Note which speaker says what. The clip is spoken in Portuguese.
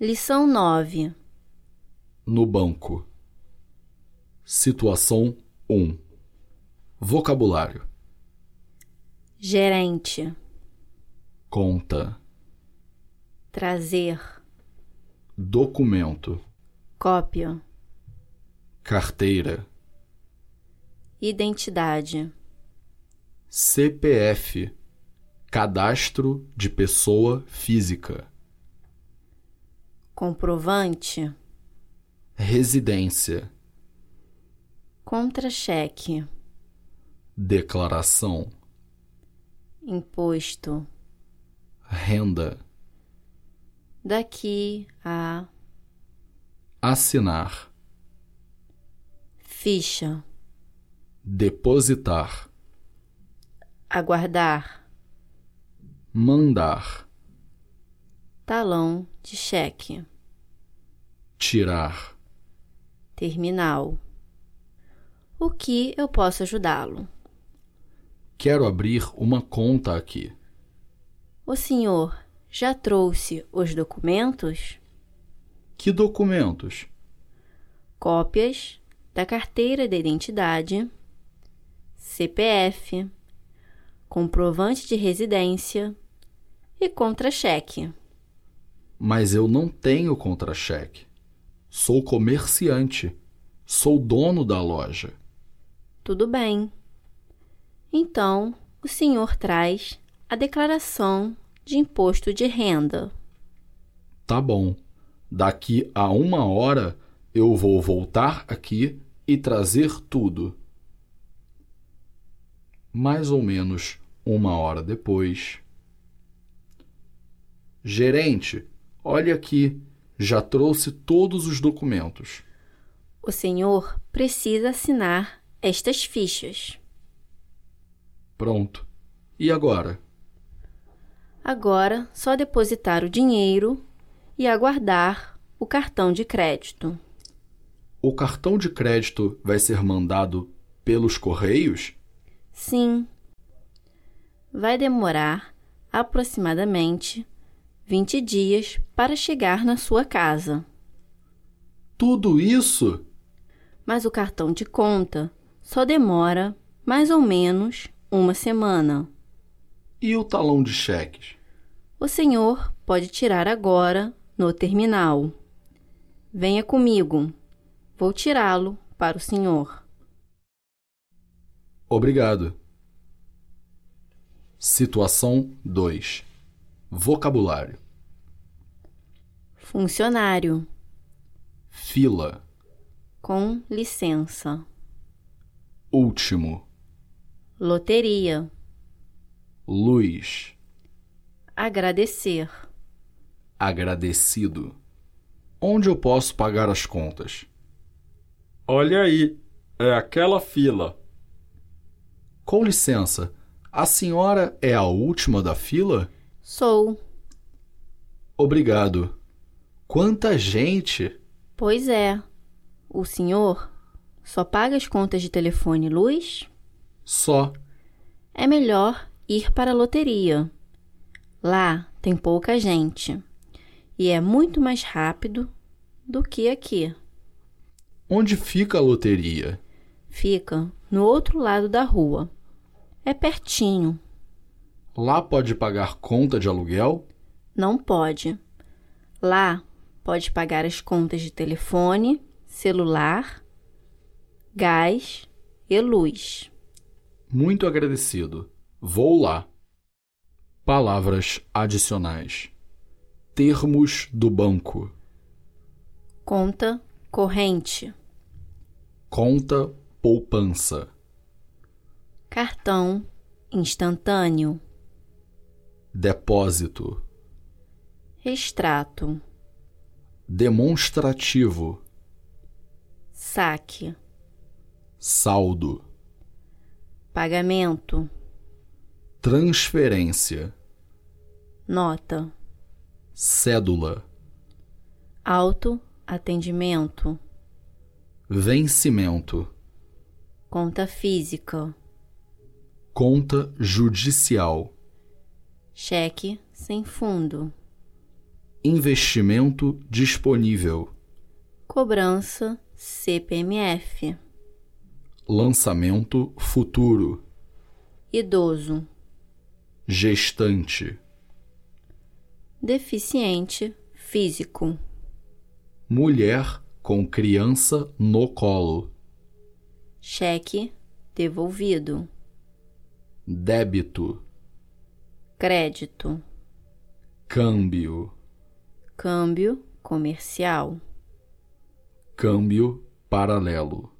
Speaker 1: Lição 9
Speaker 2: No banco. Situação 1. Vocabulário.
Speaker 1: Gerente
Speaker 2: Conta.
Speaker 1: Trazer
Speaker 2: Documento.
Speaker 1: Cópia
Speaker 2: Carteira.
Speaker 1: Identidade
Speaker 2: CPF. Cadastro de pessoa física.
Speaker 1: Comprovante
Speaker 2: Residência.
Speaker 1: Contra-cheque
Speaker 2: Declaração.
Speaker 1: Imposto
Speaker 2: Renda.
Speaker 1: Daqui a
Speaker 2: Assinar.
Speaker 1: Ficha
Speaker 2: Depositar.
Speaker 1: Aguardar
Speaker 2: Mandar.
Speaker 1: Talão de cheque
Speaker 2: Tirar.
Speaker 1: Terminal O que eu posso ajudá-lo?
Speaker 2: Quero abrir uma conta aqui.
Speaker 1: O senhor já trouxe os documentos?
Speaker 2: Que documentos?
Speaker 1: cópias da carteira de identidade, CPF, comprovante de residência e contra-cheque.
Speaker 2: Mas eu não tenho contra-cheque. Sou comerciante. Sou dono da loja.
Speaker 1: Tudo bem. Então, o senhor traz a declaração de imposto de renda.
Speaker 2: Tá bom. Daqui a uma hora eu vou voltar aqui e trazer tudo. Mais ou menos uma hora depois. Gerente, olha aqui. Já trouxe todos os documentos.
Speaker 1: O senhor precisa assinar estas fichas.
Speaker 2: Pronto. E agora?
Speaker 1: Agora, só depositar o dinheiro e aguardar o cartão de crédito.
Speaker 2: O cartão de crédito vai ser mandado pelos correios?
Speaker 1: Sim. Vai demorar aproximadamente 20 dias para chegar na sua casa,
Speaker 2: Tudo isso?
Speaker 1: mas o cartão de conta só demora mais ou menos uma semana.
Speaker 2: E o talão de cheques?
Speaker 1: O senhor pode tirar agora no terminal. Venha comigo. Vou tirá-lo para o senhor.
Speaker 2: Obrigado. Situação 2. Vocabulário.
Speaker 1: Funcionário,
Speaker 2: Fila.
Speaker 1: com licença.
Speaker 2: Último.
Speaker 1: Loteria,
Speaker 2: Luz.
Speaker 1: agradecer.
Speaker 2: Agradecido. Onde eu posso pagar as contas?
Speaker 3: Olha aí, é aquela fila.
Speaker 2: Com licença, a senhora é a última da fila?
Speaker 1: Sou,
Speaker 2: Obrigado. Quanta gente!
Speaker 1: Pois é. O senhor só paga as contas de telefone e luz?
Speaker 2: Só.
Speaker 1: É melhor ir para a loteria. Lá tem pouca gente e é muito mais rápido do que aqui.
Speaker 2: Onde fica a loteria?
Speaker 1: Fica no outro lado da rua. É pertinho,
Speaker 2: Lá pode pagar conta de aluguel?
Speaker 1: não pode. Lá pode pagar as contas de telefone, celular, gás e luz.
Speaker 2: Muito agradecido. Vou lá. Palavras adicionais. Termos do banco.
Speaker 1: Conta corrente.
Speaker 2: Conta poupança.
Speaker 1: Cartão instantâneo.
Speaker 2: Depósito.
Speaker 1: Extrato.
Speaker 2: Demonstrativo.
Speaker 1: Saque.
Speaker 2: Saldo.
Speaker 1: Pagamento.
Speaker 2: Transferência.
Speaker 1: Nota.
Speaker 2: Cédula.
Speaker 1: Auto. Atendimento.
Speaker 2: Vencimento.
Speaker 1: Conta física.
Speaker 2: Conta judicial.
Speaker 1: Cheque sem fundo.
Speaker 2: investimento disponível,
Speaker 1: Cobrança CPMF.
Speaker 2: lançamento futuro,
Speaker 1: Idoso.
Speaker 2: gestante,
Speaker 1: Deficiente físico.
Speaker 2: mulher com criança no colo,
Speaker 1: Cheque devolvido.
Speaker 2: débito,
Speaker 1: Crédito.
Speaker 2: câmbio,
Speaker 1: Câmbio comercial.
Speaker 2: câmbio paralelo.